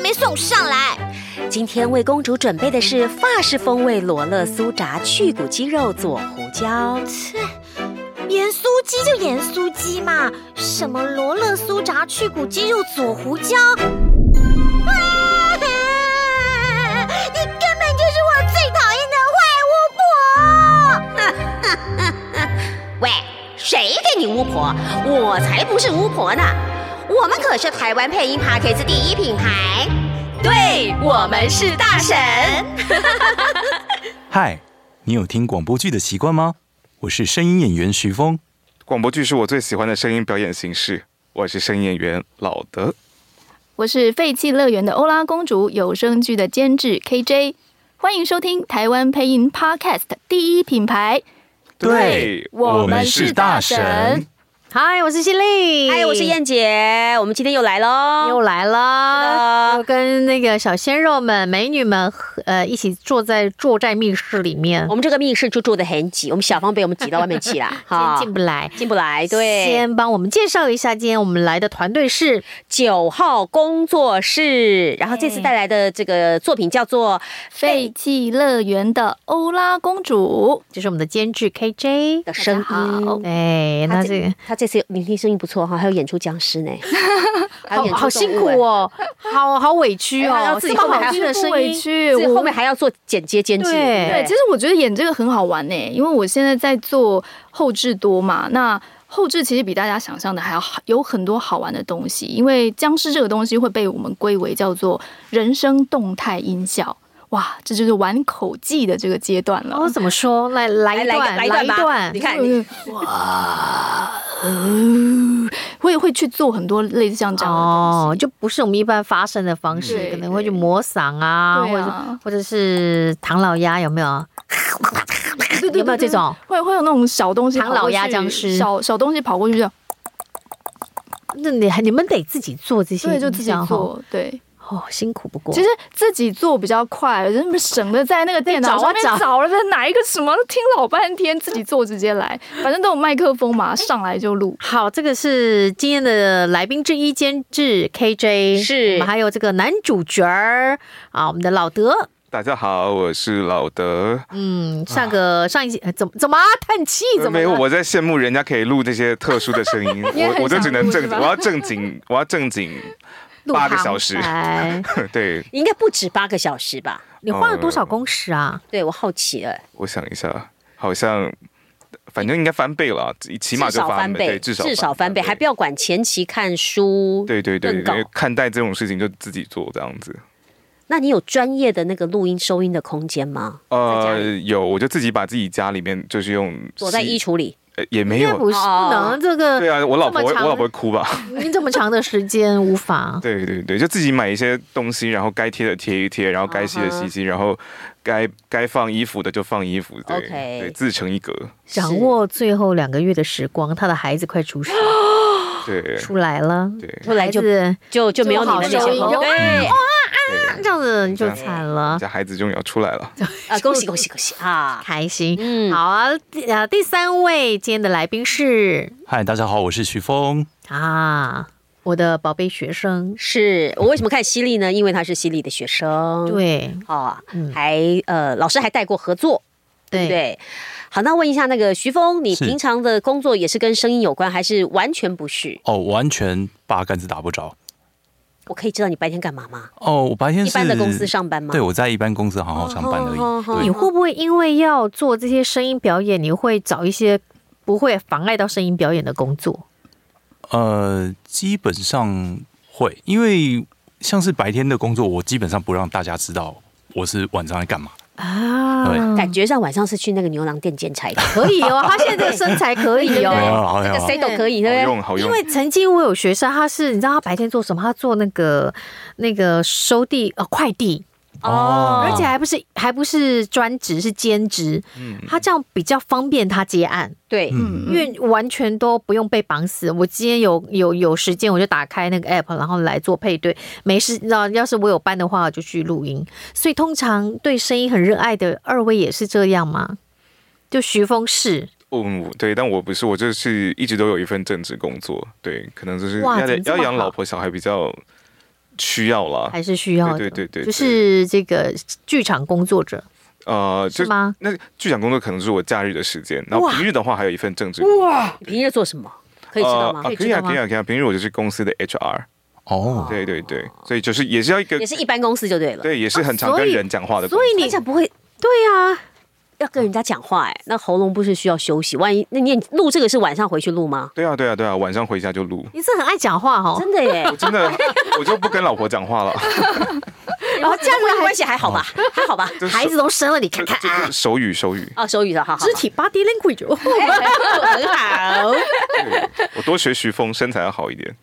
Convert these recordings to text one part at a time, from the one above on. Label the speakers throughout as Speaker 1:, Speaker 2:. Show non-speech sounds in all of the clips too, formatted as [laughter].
Speaker 1: 没送上来？
Speaker 2: 今天为公主准备的是法式风味罗勒酥炸去骨鸡肉佐胡椒。
Speaker 1: 切，盐酥鸡就盐酥鸡嘛，什么罗勒酥炸去骨鸡肉佐胡椒？啊！你根本就是我最讨厌的坏巫婆！
Speaker 2: [laughs] 喂，谁给你巫婆？我才不是巫婆呢！我们可是台湾配音 p a c k a g e 第一品牌，对我们是大神。
Speaker 3: 嗨，你有听广播剧的习惯吗？我是声音演员徐峰。
Speaker 4: 广播剧是我最喜欢的声音表演形式。我是声音演员老德。
Speaker 5: 我是废弃乐园的欧拉公主有声剧的监制 KJ，欢迎收听台湾配音 Podcast 第一品牌，对我们是大神。
Speaker 6: 嗨，我是犀利，
Speaker 2: 嗨，我是燕姐，我们今天又来喽
Speaker 6: 又。来
Speaker 2: 是
Speaker 6: 了，
Speaker 2: 的
Speaker 6: 又跟那个小鲜肉们、美女们，呃，一起坐在坐在密室里面
Speaker 2: 我，们这个密室就住的很挤，我们小芳被我们挤到外面去了，
Speaker 6: [laughs] 进进不来。
Speaker 2: 进不来。对，
Speaker 6: 先帮我们介绍一下，今天我们来的团队是
Speaker 2: 九号工作室，然后这
Speaker 6: 哎
Speaker 2: 次带来的这个作品叫做
Speaker 5: 废弃乐园的欧拉公主，
Speaker 6: 就是我们的监制 KJ
Speaker 2: 的声
Speaker 5: 大家好
Speaker 2: 音。
Speaker 6: 哎，那这个
Speaker 2: 他这次聆听声音不错哈，还有演出僵
Speaker 6: [laughs]
Speaker 2: 尸呢，还有
Speaker 6: 好
Speaker 2: 演出
Speaker 6: 好辛
Speaker 2: 动
Speaker 6: 苦
Speaker 2: 物
Speaker 6: 哦，好好委屈
Speaker 2: 哎还
Speaker 6: 哦
Speaker 2: 要，自己
Speaker 6: 这
Speaker 2: 后
Speaker 6: 么
Speaker 2: 面还
Speaker 6: 好
Speaker 2: 要
Speaker 6: 听的声
Speaker 5: 委
Speaker 6: 音，
Speaker 5: 屈，
Speaker 2: 哎所以
Speaker 5: 我
Speaker 2: 后面还要做剪接监制。
Speaker 6: 哦对
Speaker 5: 对，其实我觉得演这个很好玩呢，因为我现在在做后置多嘛，那。后置其实比大家想象的还要好，有很多好玩的东西。因为僵尸这个东西会被我们归为叫做人声动态音效，哇，这就是玩口技的这个阶段了。
Speaker 6: 哦，怎么说？来来一
Speaker 2: 来来
Speaker 6: 段，
Speaker 2: 来一
Speaker 6: 来
Speaker 2: 段
Speaker 6: 一
Speaker 2: 吧
Speaker 6: 段
Speaker 2: 你，看，
Speaker 5: 呃会会去做很多类似像这样的东西。
Speaker 6: 哦，就不是我们一般发声的方式，
Speaker 5: 对
Speaker 6: 可能会去磨嗓啊，
Speaker 5: 对
Speaker 6: 或者是
Speaker 5: 啊
Speaker 6: 或者是唐老鸭有没有？
Speaker 5: [laughs] 对对
Speaker 6: 有没有这种？
Speaker 5: 会会有那种小东西跑
Speaker 6: 唐
Speaker 5: 过去，
Speaker 6: 老鸭僵尸
Speaker 5: 小小东西跑过去就
Speaker 6: 那你还你们得自己做这些，
Speaker 5: 对，就自己
Speaker 6: 这样哦，
Speaker 5: 做。对，
Speaker 6: 哦，辛苦不过。
Speaker 5: 其实自己做比较快，真的省得在那个电
Speaker 6: 找
Speaker 5: 脑
Speaker 6: 啊
Speaker 5: 上面
Speaker 6: 找
Speaker 5: 找了哪一个什么，听老半天，自己做直接来，反正都有麦克风嘛，上来就录。
Speaker 6: 好，这个是今天的来宾之一，监制 KJ
Speaker 2: 是
Speaker 6: 我们还有这个男主角儿啊，我们的老德。
Speaker 4: 大家好，我是老德。
Speaker 6: 嗯，上个、上一集呃怎么怎么啊叹气？怎么
Speaker 4: 呃没
Speaker 6: 了
Speaker 4: 有，我在羡慕人家可以录这些特殊的声音，
Speaker 5: 你也很
Speaker 4: 我我就只能
Speaker 5: 想录是
Speaker 4: 正，
Speaker 5: 吧
Speaker 4: 我要正经，我要正经
Speaker 6: 录
Speaker 4: 八个
Speaker 6: 旁
Speaker 4: 小时
Speaker 6: 白
Speaker 4: [laughs] 对，
Speaker 2: 应该不止八个小时吧？
Speaker 6: 哎
Speaker 4: [laughs]
Speaker 6: 你花了
Speaker 4: 哦
Speaker 6: 多少工时啊？
Speaker 2: 对我好奇了，
Speaker 4: 我想一下，好像反正应该翻倍了，起码
Speaker 2: 至
Speaker 4: 就
Speaker 2: 少翻
Speaker 4: 倍，
Speaker 2: 倍，
Speaker 4: 对，至少
Speaker 2: 翻倍，还不要管前期看书。
Speaker 4: 对对对，
Speaker 2: 论稿
Speaker 4: 因为看待这种事情就自己做这样子。
Speaker 2: 那你有专业的那个录音收音的空间吗？在家
Speaker 4: 呃，有，我就自己把自己家里面就是用
Speaker 2: 躲在
Speaker 4: 吸
Speaker 2: 衣橱里，
Speaker 4: 呃也没
Speaker 6: 应该
Speaker 4: 有，
Speaker 6: 不是不能这
Speaker 4: [laughs]
Speaker 6: 个。
Speaker 4: 对啊，我老婆会
Speaker 6: 这么长
Speaker 4: 我老婆会哭吧？。
Speaker 6: 你这么长的时间无法
Speaker 4: 对对对，就自己买一些东西，然后该贴的贴一贴，然后该
Speaker 6: 嗯
Speaker 4: 吸的吸吸，然后该该放衣服的就放衣服，对
Speaker 2: OK
Speaker 4: 对，自成一
Speaker 6: [gasps]
Speaker 4: 格，
Speaker 6: 掌握最后两个月的时光，他的孩子快 [gasps] 出世
Speaker 4: 对对
Speaker 6: 出来了，
Speaker 4: 对，
Speaker 2: 后来
Speaker 6: 孩
Speaker 2: 就
Speaker 6: 子
Speaker 2: 就就没有你们的
Speaker 6: 做
Speaker 2: 小
Speaker 6: 好
Speaker 2: 朋
Speaker 6: 收
Speaker 2: 友。
Speaker 6: 音哦
Speaker 2: 对
Speaker 6: 这样子你就惨
Speaker 4: 人
Speaker 6: 了，
Speaker 4: 家孩子终于要出来
Speaker 6: [laughs]
Speaker 4: 了，
Speaker 2: 啊，恭喜恭喜恭喜啊！
Speaker 6: 开心。
Speaker 2: 嗯
Speaker 6: 好啊，第啊，第三位今天的来宾是
Speaker 3: 嗨，大家好，我是徐峰。
Speaker 6: 啊，我的宝贝学生，
Speaker 2: 是我为什么看犀利呢？因为他是犀利的学生。。
Speaker 6: 对
Speaker 2: 哦
Speaker 6: 嗯，
Speaker 2: 还呃，老师还带过合作，对
Speaker 6: 对
Speaker 2: 不对？好，那问一下那个徐峰，你
Speaker 3: 是
Speaker 2: 平常的工作也是跟声音有关，还是完全不是？
Speaker 3: 哦，完全八竿子打不着。
Speaker 2: 我可以知道你白天干嘛吗？
Speaker 3: 哦，我白天是
Speaker 2: 一般的公司上班吗
Speaker 3: 对，我在一般公司好好上班而已。
Speaker 2: 哦哦哦
Speaker 6: 你
Speaker 3: 对，
Speaker 6: 会不会因为要做这些声音表演，你会找一些不会妨碍到声音表演的工作？
Speaker 3: 呃，基本上会，因为像是白天的工作，我基本上不让大家知道我是晚上在干嘛。
Speaker 6: 啊，
Speaker 3: 对
Speaker 2: 感觉上晚上是去那个牛郎店剪裁的，
Speaker 6: 可以哦，他现在这个身材可以 [laughs]
Speaker 3: 没有啦，
Speaker 6: 哦。
Speaker 3: 没
Speaker 2: 那
Speaker 3: 有
Speaker 2: 个
Speaker 3: 啦。
Speaker 2: 谁都可以，对
Speaker 4: 好
Speaker 2: 不
Speaker 4: 用好用
Speaker 6: 因，为曾经我有学生，他是你知道他白天做什么？他做那个那个收地呃快递，
Speaker 2: 对？
Speaker 3: 哦
Speaker 6: 而且还不是还不是专职，是兼职。
Speaker 4: 嗯，
Speaker 6: 他这样比较方便他接案，
Speaker 2: 对，
Speaker 3: 嗯，
Speaker 6: 因为完全都不用被绑死。我今天有有有时间，我就打开那个 app，然后来做配对。没事，那要是我有班的话，我就去录音。所以通常对声音很热爱的二位也是这样吗？就徐峰是
Speaker 4: 嗯，对，但我不是，我就是一直都有一份正职工作，对，可能就是
Speaker 6: 哇
Speaker 4: 要
Speaker 6: 怎
Speaker 4: 得
Speaker 6: 么这
Speaker 4: 要
Speaker 6: 么
Speaker 4: 养
Speaker 6: 好
Speaker 4: 老婆小孩比较需要啦。
Speaker 6: 还是需要的，
Speaker 4: 对对对对
Speaker 6: 就是这个剧场工作者
Speaker 4: 呃，就是
Speaker 6: 吗？
Speaker 4: 那剧场工作可能是我假日的时间，然后
Speaker 2: 哇
Speaker 4: 平日的话还有一份正职。
Speaker 2: 你平日做什么？可以知道吗？
Speaker 4: 呃啊，可以啊，可以啊，可以啊。平日我就是公司的 HR，
Speaker 6: 啊
Speaker 3: 哦，
Speaker 4: 对对对，所以就是也是要一个
Speaker 2: 也，是一般公司就对了。
Speaker 4: 对，也是很常
Speaker 6: 所
Speaker 4: 跟
Speaker 6: 以
Speaker 4: 人讲话的公
Speaker 6: 啊所
Speaker 4: 司。
Speaker 6: 以
Speaker 2: 那
Speaker 6: 你
Speaker 2: 这样不会
Speaker 6: 对啊，
Speaker 2: 要跟人家讲话哎、那喉咙不是需要休息？万一那你录这个是晚上回去录吗？
Speaker 4: 对啊，对啊，对啊，晚上回家就录。
Speaker 6: 你是很爱讲话哦。
Speaker 2: 真的 [laughs] 耶、
Speaker 4: 我真
Speaker 6: [laughs]
Speaker 4: 的，我就不跟老婆讲话了，
Speaker 2: 然后这样子关系还好吧？还好吧？
Speaker 4: 就是
Speaker 6: 孩子都生了，你
Speaker 4: 就
Speaker 6: 看看啊，
Speaker 4: 就是手语手语，
Speaker 2: 哦，手语的，好好好
Speaker 6: 肢体 body language，哦
Speaker 2: 很好。
Speaker 4: 对我多学徐峰，身材要好一点。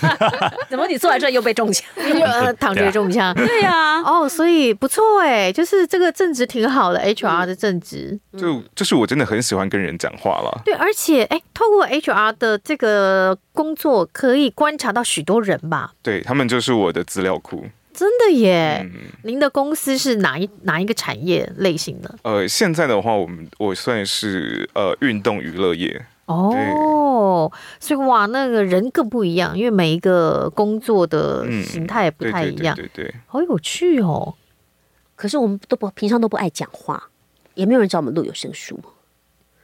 Speaker 2: [laughs] 怎么你做完之后又被中奖？
Speaker 6: [laughs] 呃躺着中枪。
Speaker 2: [laughs] 对呀、
Speaker 6: [laughs] 哦，所以不错哎，就是这个正职挺好的，HR 的正职。
Speaker 4: 就就是我真的很喜欢跟人讲话了。
Speaker 6: 对，而且哎，透过 HR 的这个工作，可以观察到许多人吧？
Speaker 4: 对他们就是我的资料库。
Speaker 6: 真的耶。
Speaker 4: 嗯，
Speaker 6: 您的公司是哪一哪一个产业类型的？
Speaker 4: 呃，现在的话，我们我算是呃运动娱乐业，
Speaker 6: 哦，所以哇，那个人更不一样，因为每一个工作的
Speaker 4: 嗯
Speaker 6: 形态不
Speaker 4: 对
Speaker 6: 太
Speaker 4: 对
Speaker 6: 一
Speaker 4: 对
Speaker 6: 样，
Speaker 4: 对对。
Speaker 6: 好有趣哦。
Speaker 2: 可是我们都不平常都不爱讲话，也没有人找我们录有声书。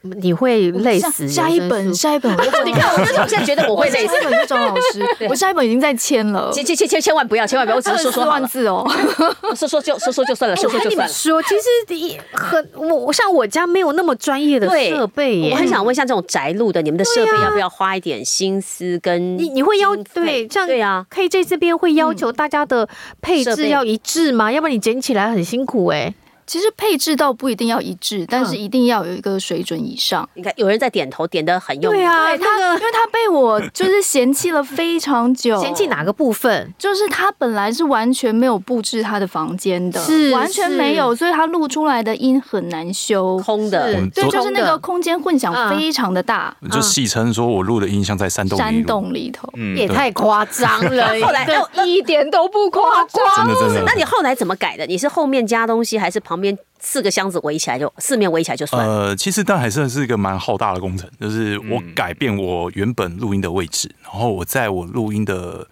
Speaker 6: 你会哎累
Speaker 5: 下
Speaker 6: 死
Speaker 5: 下
Speaker 6: 有
Speaker 5: 一
Speaker 6: 声
Speaker 5: 本，
Speaker 6: 书
Speaker 5: 下一
Speaker 6: [laughs]
Speaker 5: 本，我就找你看，
Speaker 2: 我就是我现在觉得我
Speaker 5: 我
Speaker 2: 会累
Speaker 5: 下
Speaker 2: 死。
Speaker 5: 一本就找老师，我下一本已经在签了，
Speaker 2: [laughs] 千千千千千万不要，千万不要！我只是说
Speaker 5: 24
Speaker 2: 说 [laughs] 好
Speaker 5: 万
Speaker 2: 了，
Speaker 5: 字哦。
Speaker 2: [laughs] 说说就说说就算
Speaker 6: 哎
Speaker 2: 了，
Speaker 6: 我
Speaker 2: 说说
Speaker 6: 跟
Speaker 2: 就
Speaker 6: 你
Speaker 2: 算
Speaker 6: 们
Speaker 2: 了。
Speaker 6: 说，其实一很我像我家没有那么专业的
Speaker 2: 对啊
Speaker 6: 设备耶，
Speaker 2: 我很想问，像这种宅录的，你们的设备要不要花一点心思跟？
Speaker 6: 你你会要
Speaker 2: 经费
Speaker 6: 对像
Speaker 2: 对啊呀
Speaker 6: KJ 这边会要求大家的配
Speaker 2: 设
Speaker 6: 置
Speaker 2: 备
Speaker 6: 要一致吗？要不然你捡起来很辛苦哎。
Speaker 5: 其实配置倒不一定要一致，但
Speaker 6: 嗯
Speaker 5: 是一定要有一个水准以上。
Speaker 2: 你看有人在点头，点的很用力。
Speaker 6: 啊
Speaker 5: 对他，因为他被我就是嫌弃了非常久，
Speaker 6: 嫌弃哪个部分？
Speaker 5: 就是他本来是完全没有布置他的房间的，
Speaker 6: 是
Speaker 5: 完全没有，所以他录出来的音很难修。
Speaker 2: 空
Speaker 6: 是
Speaker 2: 的，
Speaker 5: 对，
Speaker 6: 空
Speaker 5: 就是那
Speaker 6: 的
Speaker 5: 个空间混响
Speaker 6: 嗯
Speaker 5: 非常的大，
Speaker 3: 就戏称说我录的音像在山洞里
Speaker 5: 山
Speaker 3: 录，
Speaker 5: 洞里头。
Speaker 4: 嗯，
Speaker 6: 也太夸张了，
Speaker 2: 后来
Speaker 6: 对
Speaker 5: 一点都不夸张
Speaker 3: 真的真的
Speaker 2: 哦那。你后来怎么改的？你是后面加东西，还是旁边四个箱子围起来就四面围起来就算了？
Speaker 3: 呃，其实但还算是一个蛮浩大的工程，就是我改变我原本录音的位置，然后我在我录音的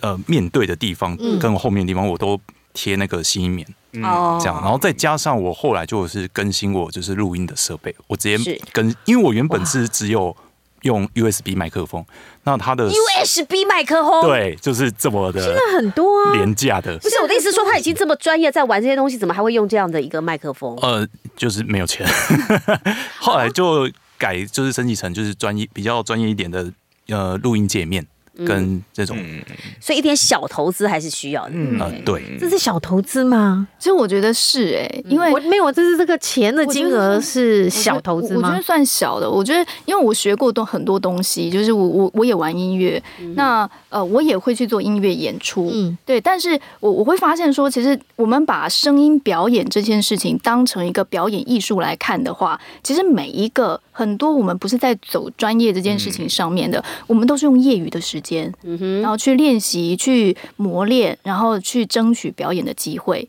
Speaker 3: 呃面对的地方跟我后面的地方，我都贴那个吸音棉，
Speaker 2: 哦
Speaker 3: 这样，然后再加上我后来就是更新我就是录音的设备，我直接
Speaker 2: 是
Speaker 3: 跟，因为我原本是只有用 USB 麦克风，那它的
Speaker 2: USB 麦克风，，
Speaker 3: 对就是这么的
Speaker 6: 很多啊，
Speaker 3: 廉价的
Speaker 2: 不，是我的意思，说他已经这么专业在玩这些东西，怎么还会用这样的一个麦克风？
Speaker 3: 呃，就是没有钱， [laughs] 后来就改就是升级成就是专业比较专业一点的呃录音界面跟这种
Speaker 4: 嗯
Speaker 2: 所以一点小投资还是需要的。
Speaker 4: 嗯
Speaker 3: 呃对，
Speaker 6: 这是小投资吗？
Speaker 5: 其实我觉得是哎、因为
Speaker 6: 我没有，这是这个钱的金额是小投资
Speaker 5: 我觉得
Speaker 6: 吗？
Speaker 5: 算小的。我觉得，因为我学过都很多东西，就是我我我也玩音乐，那呃我也会去做音乐演出，
Speaker 6: 嗯
Speaker 5: 对。但是我我会发现说，其实我们把声音表演这件事情当成一个表演艺术来看的话，其实每一个很多我们不是在走专业这件事
Speaker 6: 嗯
Speaker 5: 情上面的，我们都是用业余的时间，然后去练习、去磨练，然后去争取表演的机会。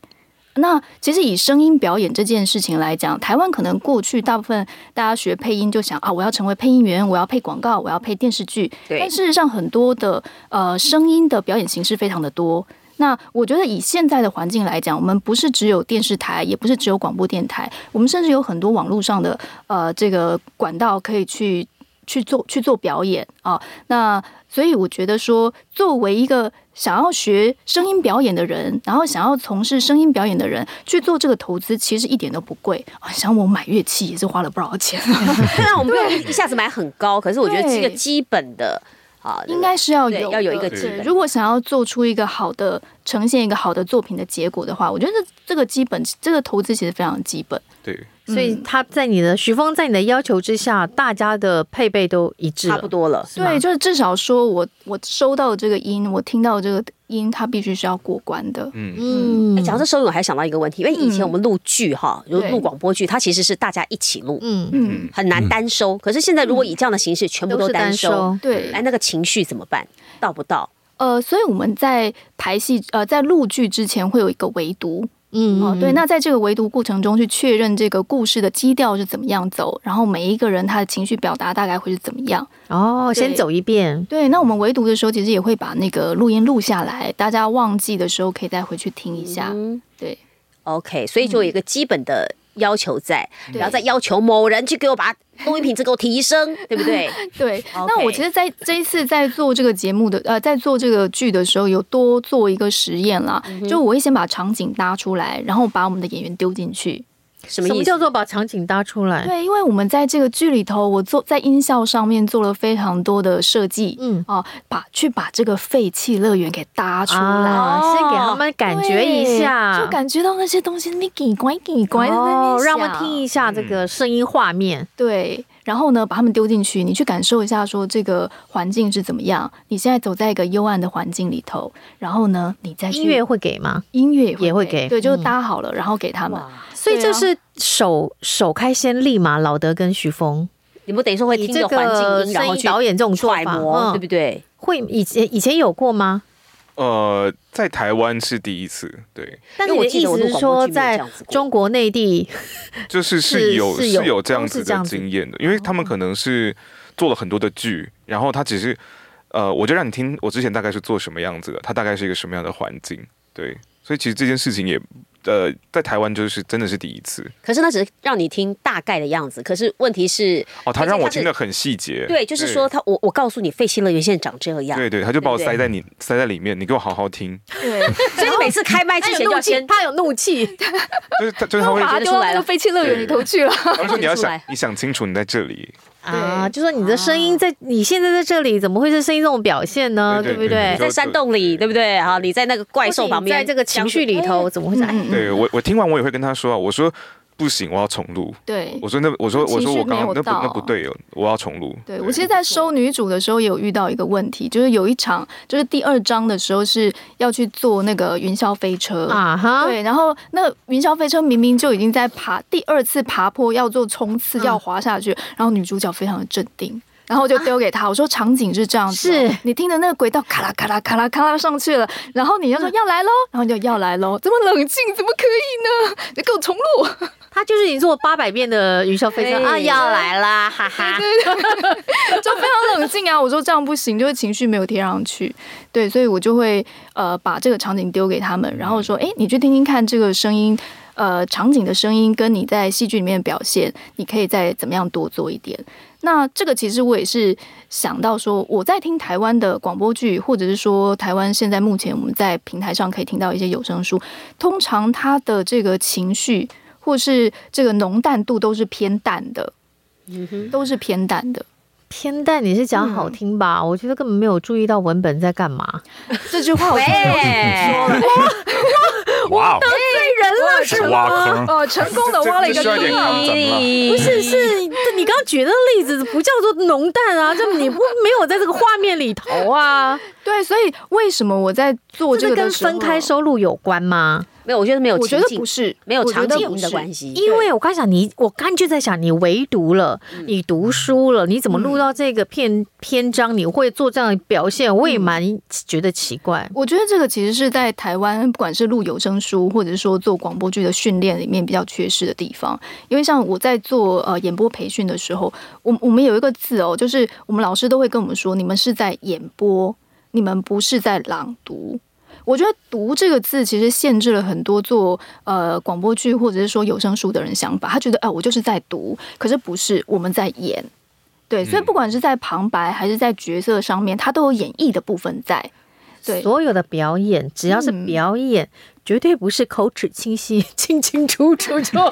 Speaker 5: 那其实以声音表演这件事情来讲，台湾可能过去大部分大家学配音就想啊，我要成为配音员，我要配广告，我要配电视剧。
Speaker 2: 对
Speaker 5: 但事实上，很多的呃声音的表演形式非常的多。那我觉得以现在的环境来讲，我们不是只有电视台，也不是只有广播电台，我们甚至有很多网络上的呃这个管道可以去去做去做表演啊、那所以我觉得说，作为一个想要学声音表演的人，然后想要从事声音表演的人去做这个投资，其实一点都不贵啊。想我买乐器也是花了不少钱，
Speaker 2: [laughs] 虽然我们不用一下子买很高，可是我觉得
Speaker 5: 对
Speaker 2: 这个基本的啊，
Speaker 5: 应该是要
Speaker 2: 对
Speaker 5: 有
Speaker 2: 要有一个
Speaker 5: 的
Speaker 2: 基
Speaker 5: 对
Speaker 2: 本
Speaker 5: 如果想要做出一个好的呈现一个好的作品的结果的话，我觉得这个基本这个投资其实非常基本。
Speaker 4: 对，
Speaker 6: 所以他在你的徐峰在你的要求之下，大家的配备都一致了，
Speaker 2: 差不多了。
Speaker 6: 是吗
Speaker 5: 对，就是至少说我我收到的这个音，我听到的这个音，它必须是要过关的。
Speaker 4: 嗯
Speaker 6: 嗯
Speaker 2: 哎，讲到这收入，我还想到一个问题，因为以前我们录剧哈，如
Speaker 5: 对
Speaker 2: 录广播剧，它其实是大家一起录，
Speaker 6: 嗯，
Speaker 5: 嗯，
Speaker 2: 很难单收。可是现在如果以这样的形式，全部
Speaker 6: 嗯都
Speaker 2: 都
Speaker 6: 是单
Speaker 2: 单收
Speaker 6: 收，，
Speaker 5: 对。
Speaker 2: 哎，那个情绪怎么办？到不到？
Speaker 5: 呃，所以我们在排戏呃在录剧之前会有一个围读，
Speaker 6: 嗯
Speaker 5: 哦，对，那在这个围读过程中去确认这个故事的基调是怎么样走，然后每一个人他的情绪表达大概会是怎么样。
Speaker 6: 哦，先
Speaker 5: 对
Speaker 6: 走一遍，
Speaker 5: 对，那我们围读的时候，其实也会把那个录音录下来，大家忘记的时候可以再回去听一下。
Speaker 2: 嗯
Speaker 5: 对，
Speaker 2: OK，所以就有一个基本的要求在，
Speaker 6: 嗯
Speaker 5: 对
Speaker 2: 然后再要求某人去给我把录音品质给我
Speaker 6: [laughs]
Speaker 2: 提升，对不对？
Speaker 5: 对，
Speaker 2: OK
Speaker 5: 那我其实在这一次在做这个节目的呃，在做这个剧的时候，有多做一个实验啦，
Speaker 6: 嗯
Speaker 5: 就我会先把场景搭出来，然后把我们的演员丢进去。
Speaker 2: 什么
Speaker 6: 什
Speaker 2: 意
Speaker 6: 么
Speaker 2: 思
Speaker 6: 叫？做把场景搭出来？
Speaker 5: 对，因为我们在这个剧里头，我做在音效上面做了非常多的设计，
Speaker 6: 嗯
Speaker 5: 哦、把去把这个废弃乐园给搭出来。
Speaker 6: 啊，先给他们感觉一下，
Speaker 5: 对就感觉到那些东西，你给乖给乖的那
Speaker 6: 哦，
Speaker 5: 边
Speaker 6: 让我们
Speaker 5: 响
Speaker 6: 听一下
Speaker 4: 嗯
Speaker 6: 这个声音画面。
Speaker 5: 对，然后呢，把他们丢进去，你去感受一下，说这个环境是怎么样。你现在走在一个幽暗的环境里头，然后呢，你再去
Speaker 6: 音乐会给吗？
Speaker 5: 音乐
Speaker 6: 也会给
Speaker 5: 对，就
Speaker 6: 嗯啊
Speaker 5: 搭好了，然后给他们。
Speaker 6: 所以这是首首开先例嘛，老德跟徐峰
Speaker 2: 你们等于说会
Speaker 6: 以
Speaker 2: 听
Speaker 6: 这
Speaker 2: 着环境
Speaker 6: 个
Speaker 2: 音，然
Speaker 6: 声
Speaker 2: 后
Speaker 6: 音
Speaker 2: 去
Speaker 6: 导演这种做
Speaker 2: 揣
Speaker 6: 法，
Speaker 2: 摩，对不
Speaker 6: 嗯，
Speaker 2: 对？
Speaker 6: 会以前以前有过吗？
Speaker 4: 呃，在台湾是第一次，对，
Speaker 6: 但是
Speaker 2: 因为
Speaker 6: 你的
Speaker 2: 我记
Speaker 6: 意
Speaker 2: 得我
Speaker 6: 思
Speaker 2: 录
Speaker 6: 是
Speaker 2: 广播
Speaker 6: 说，
Speaker 2: 剧没有
Speaker 6: 在
Speaker 2: 这样子过
Speaker 6: 中国内地
Speaker 4: 就是
Speaker 6: 是
Speaker 4: 是有
Speaker 6: 是
Speaker 4: 是
Speaker 6: 有
Speaker 4: 有这
Speaker 6: 都
Speaker 4: 样
Speaker 6: 是
Speaker 4: 子
Speaker 6: 这样
Speaker 4: 的
Speaker 6: 子
Speaker 4: 经验的，因为他们可能是做了很多的剧，然后他只是呃，我就让你听我之前大概是做什么样子的，它大概是一个什么样的环境，对，所以其实这件事情也呃，在台湾就是真的是第一次
Speaker 2: 可是那只是让你听大概的样子，可是问题是，
Speaker 4: 哦，他
Speaker 2: 但是
Speaker 4: 让我
Speaker 2: 是
Speaker 4: 听得很细节，
Speaker 2: 对，就是说他我我告诉你，废弃乐园现在长这样，
Speaker 4: 对对，他就把我
Speaker 2: 对不对
Speaker 4: 塞在你塞在里面，你给我好好听，
Speaker 5: 对，
Speaker 2: 所以你每次开麦之前就要先
Speaker 6: 他有怒气，
Speaker 4: 就是他就是他会
Speaker 5: 把它
Speaker 2: 觉得
Speaker 5: 丢
Speaker 2: 出
Speaker 5: 到
Speaker 2: 来
Speaker 5: 那个
Speaker 2: 了
Speaker 5: 废弃乐园里头去了。
Speaker 4: 他说你要
Speaker 2: 出
Speaker 4: 想
Speaker 2: 来
Speaker 4: 你想清楚你在这里，
Speaker 6: 啊，就说你的声音在你现在在这里，怎么会是声音这种表现呢？
Speaker 4: 对
Speaker 6: 对不
Speaker 4: 对对
Speaker 6: 对
Speaker 4: 你就？
Speaker 2: 在山洞里，对不对？啊，你在那个怪兽旁边，
Speaker 6: 在这个情绪里头，怎么会是？哎
Speaker 5: 嗯
Speaker 4: 对我我听完我也会跟他说啊，我说不行，我要重录，
Speaker 5: 对
Speaker 4: 我说那我说我
Speaker 5: 情
Speaker 4: 说
Speaker 5: 绪
Speaker 4: 我刚
Speaker 5: 没
Speaker 4: 刚
Speaker 5: 有
Speaker 4: 那不
Speaker 5: 到
Speaker 4: 那不对哦，我要重录。
Speaker 5: 对，我其实，在收女主的时候也有遇到一个问题，就是有一场，就是第二章的时候是要去坐那个云霄飞车
Speaker 6: 啊哈，
Speaker 5: 对，然后那云霄飞车明明就已经在爬第二次爬坡，要做冲刺，
Speaker 6: 嗯
Speaker 5: 要滑下去，然后女主角非常的镇定。然后我就丢给她，我说场景是这样子哦，
Speaker 6: 啊是
Speaker 5: 你听着那个轨道咔啦咔啦咔啦咔啦上去了，然后你要说
Speaker 6: 嗯
Speaker 5: 要来喽，然后你就要来喽，怎么冷静，怎么可以呢？你给我重录，
Speaker 6: 他就是你做八百遍的云霄飞车啊，要来啦，哈哈。
Speaker 5: [laughs] 就非常冷静啊。我说这样不行，就是情绪没有贴上去，对，所以我就会呃把这个场景丢给他们，然后说，哎，你去听听看这个声音，呃，场景的声音跟你在戏剧里面的表现，你可以再怎么样多做一点。那这个其实我也是想到说，我在听台湾的广播剧，或者是说台湾现在目前我们在平台上可以听到一些有声书，通常它的这个情绪或是这个浓淡度都是偏淡的，都是偏淡的。
Speaker 6: 偏淡，你是讲好听吧？我觉得根本没有注意到文本在干嘛。
Speaker 5: 这句话我听了
Speaker 2: 哎，
Speaker 3: 哇哦，
Speaker 6: 人了啊是
Speaker 3: 挖坑，
Speaker 5: 呃，成功的挖了一个
Speaker 4: 这这需要一
Speaker 5: 坑
Speaker 4: 点
Speaker 5: 啊。
Speaker 4: 抗争了。
Speaker 6: 不是，是你刚刚举的例子不叫做浓淡 [laughs] 啊，就你不没有在这个画面里头啊。
Speaker 5: [laughs] 对，所以为什么我在做这
Speaker 6: 这
Speaker 5: 个的
Speaker 6: 个跟
Speaker 5: 时候
Speaker 6: 分开？收入有关吗？
Speaker 2: 没有，我觉得没有
Speaker 5: 我觉
Speaker 2: 情
Speaker 5: 得
Speaker 2: 境
Speaker 5: 不，是，
Speaker 2: 没有
Speaker 5: 我觉
Speaker 2: 场
Speaker 5: 得
Speaker 2: 景
Speaker 5: 不
Speaker 2: 音的
Speaker 5: 是
Speaker 2: 关系，
Speaker 6: 因为我刚想你，我刚就在想你唯读了，你读书了，你怎么录到这个篇篇章？你会做这样的表现，我也蛮觉得奇怪。
Speaker 5: 我觉得这个其实是在台湾，不管是录有声书，或者是说做广播剧的训练里面比较缺失的地方。因为像我在做呃演播培训的时候，我我们有一个字哦，就是我们老师都会跟我们说，你们是在演播，你们不是在朗读。我觉得“读”这个字其实限制了很多做呃广播剧或者是说有声书的人想法。他觉得，哎、我就是在读，可是不是我们在演。对，所以不管是在旁白还是在角色上面，它都有演绎的部分在。对，
Speaker 6: 所有的表演，只要是
Speaker 5: 嗯
Speaker 6: 表演，绝对不是口齿清晰、 [laughs] 清清楚楚就好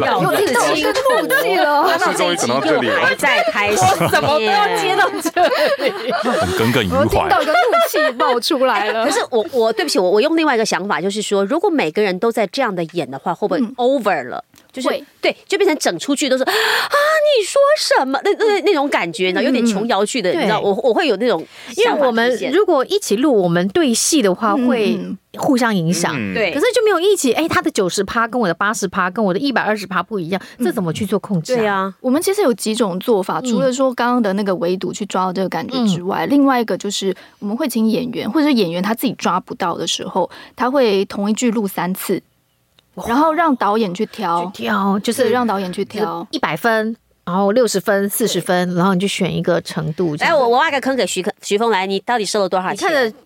Speaker 6: 了。
Speaker 2: 要自己
Speaker 5: 怒气了。
Speaker 2: 那这一集又还在开始，
Speaker 6: 怎么都要 [laughs] 接到这里？
Speaker 3: 很耿耿于
Speaker 5: 我听
Speaker 3: 怀。
Speaker 5: 到一个怒气冒出来了
Speaker 2: [laughs] 可。是我我对不起我我用另外一个想法，就是说，如果每个人都在这样的演的话，会不会
Speaker 6: 嗯
Speaker 2: over 了？就是
Speaker 5: 会
Speaker 2: 对，就变成整出剧都是啊，你说什么？那那那种感觉呢，有点琼瑶剧的，
Speaker 6: 嗯
Speaker 2: 你知道，
Speaker 6: 对
Speaker 2: 我我会有那种
Speaker 6: [laughs] 因
Speaker 2: 想
Speaker 6: 为
Speaker 2: 法
Speaker 6: 我们
Speaker 2: 出现
Speaker 6: 如果一起录，我们对戏的话
Speaker 5: 嗯
Speaker 6: 会
Speaker 5: 嗯
Speaker 6: 互相影响。
Speaker 4: 嗯
Speaker 2: 对，
Speaker 6: 可是就没有一起，哎，他的九十趴跟我的八十趴，跟我的一百二十趴不一样，这怎么去做控制、
Speaker 2: 对，啊，
Speaker 5: 我们其实有几种做
Speaker 6: 嗯
Speaker 5: 法，除了说刚刚的那个围堵去抓到这个感觉之外，另外一个就是我们会请演员，或者是演员他自己抓不到的时候，他会同一句录三次。然后让导演去挑，
Speaker 6: 挑就
Speaker 5: 对，
Speaker 6: 是
Speaker 5: 让导演去挑。
Speaker 6: 一百分，然后六十分、四十分，然后你就选一个程度。这
Speaker 2: 来，
Speaker 6: 样
Speaker 2: 哎我我挖个坑给徐克徐峰来，你到底收了多少钱？
Speaker 6: 啊哎你看着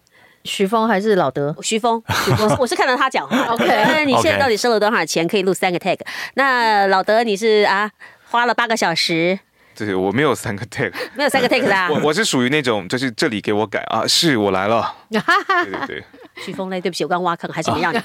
Speaker 6: 徐峰还是老德？
Speaker 2: 徐峰，徐峰，我是看到他讲话的。
Speaker 6: OK
Speaker 2: 那你现在
Speaker 3: OK
Speaker 2: 到底收了多少钱？可以录三个 tag。那老德，你是啊，花了八个小时，
Speaker 4: 对，我没有三个 [laughs] tag，
Speaker 2: 没有三个 tag 的、啊。
Speaker 4: 我我是属于那种就是这里给我改啊，是我来
Speaker 5: [laughs]
Speaker 4: 了，对对对，
Speaker 2: 徐峰嘞，对不起，我刚挖坑，还是没让你，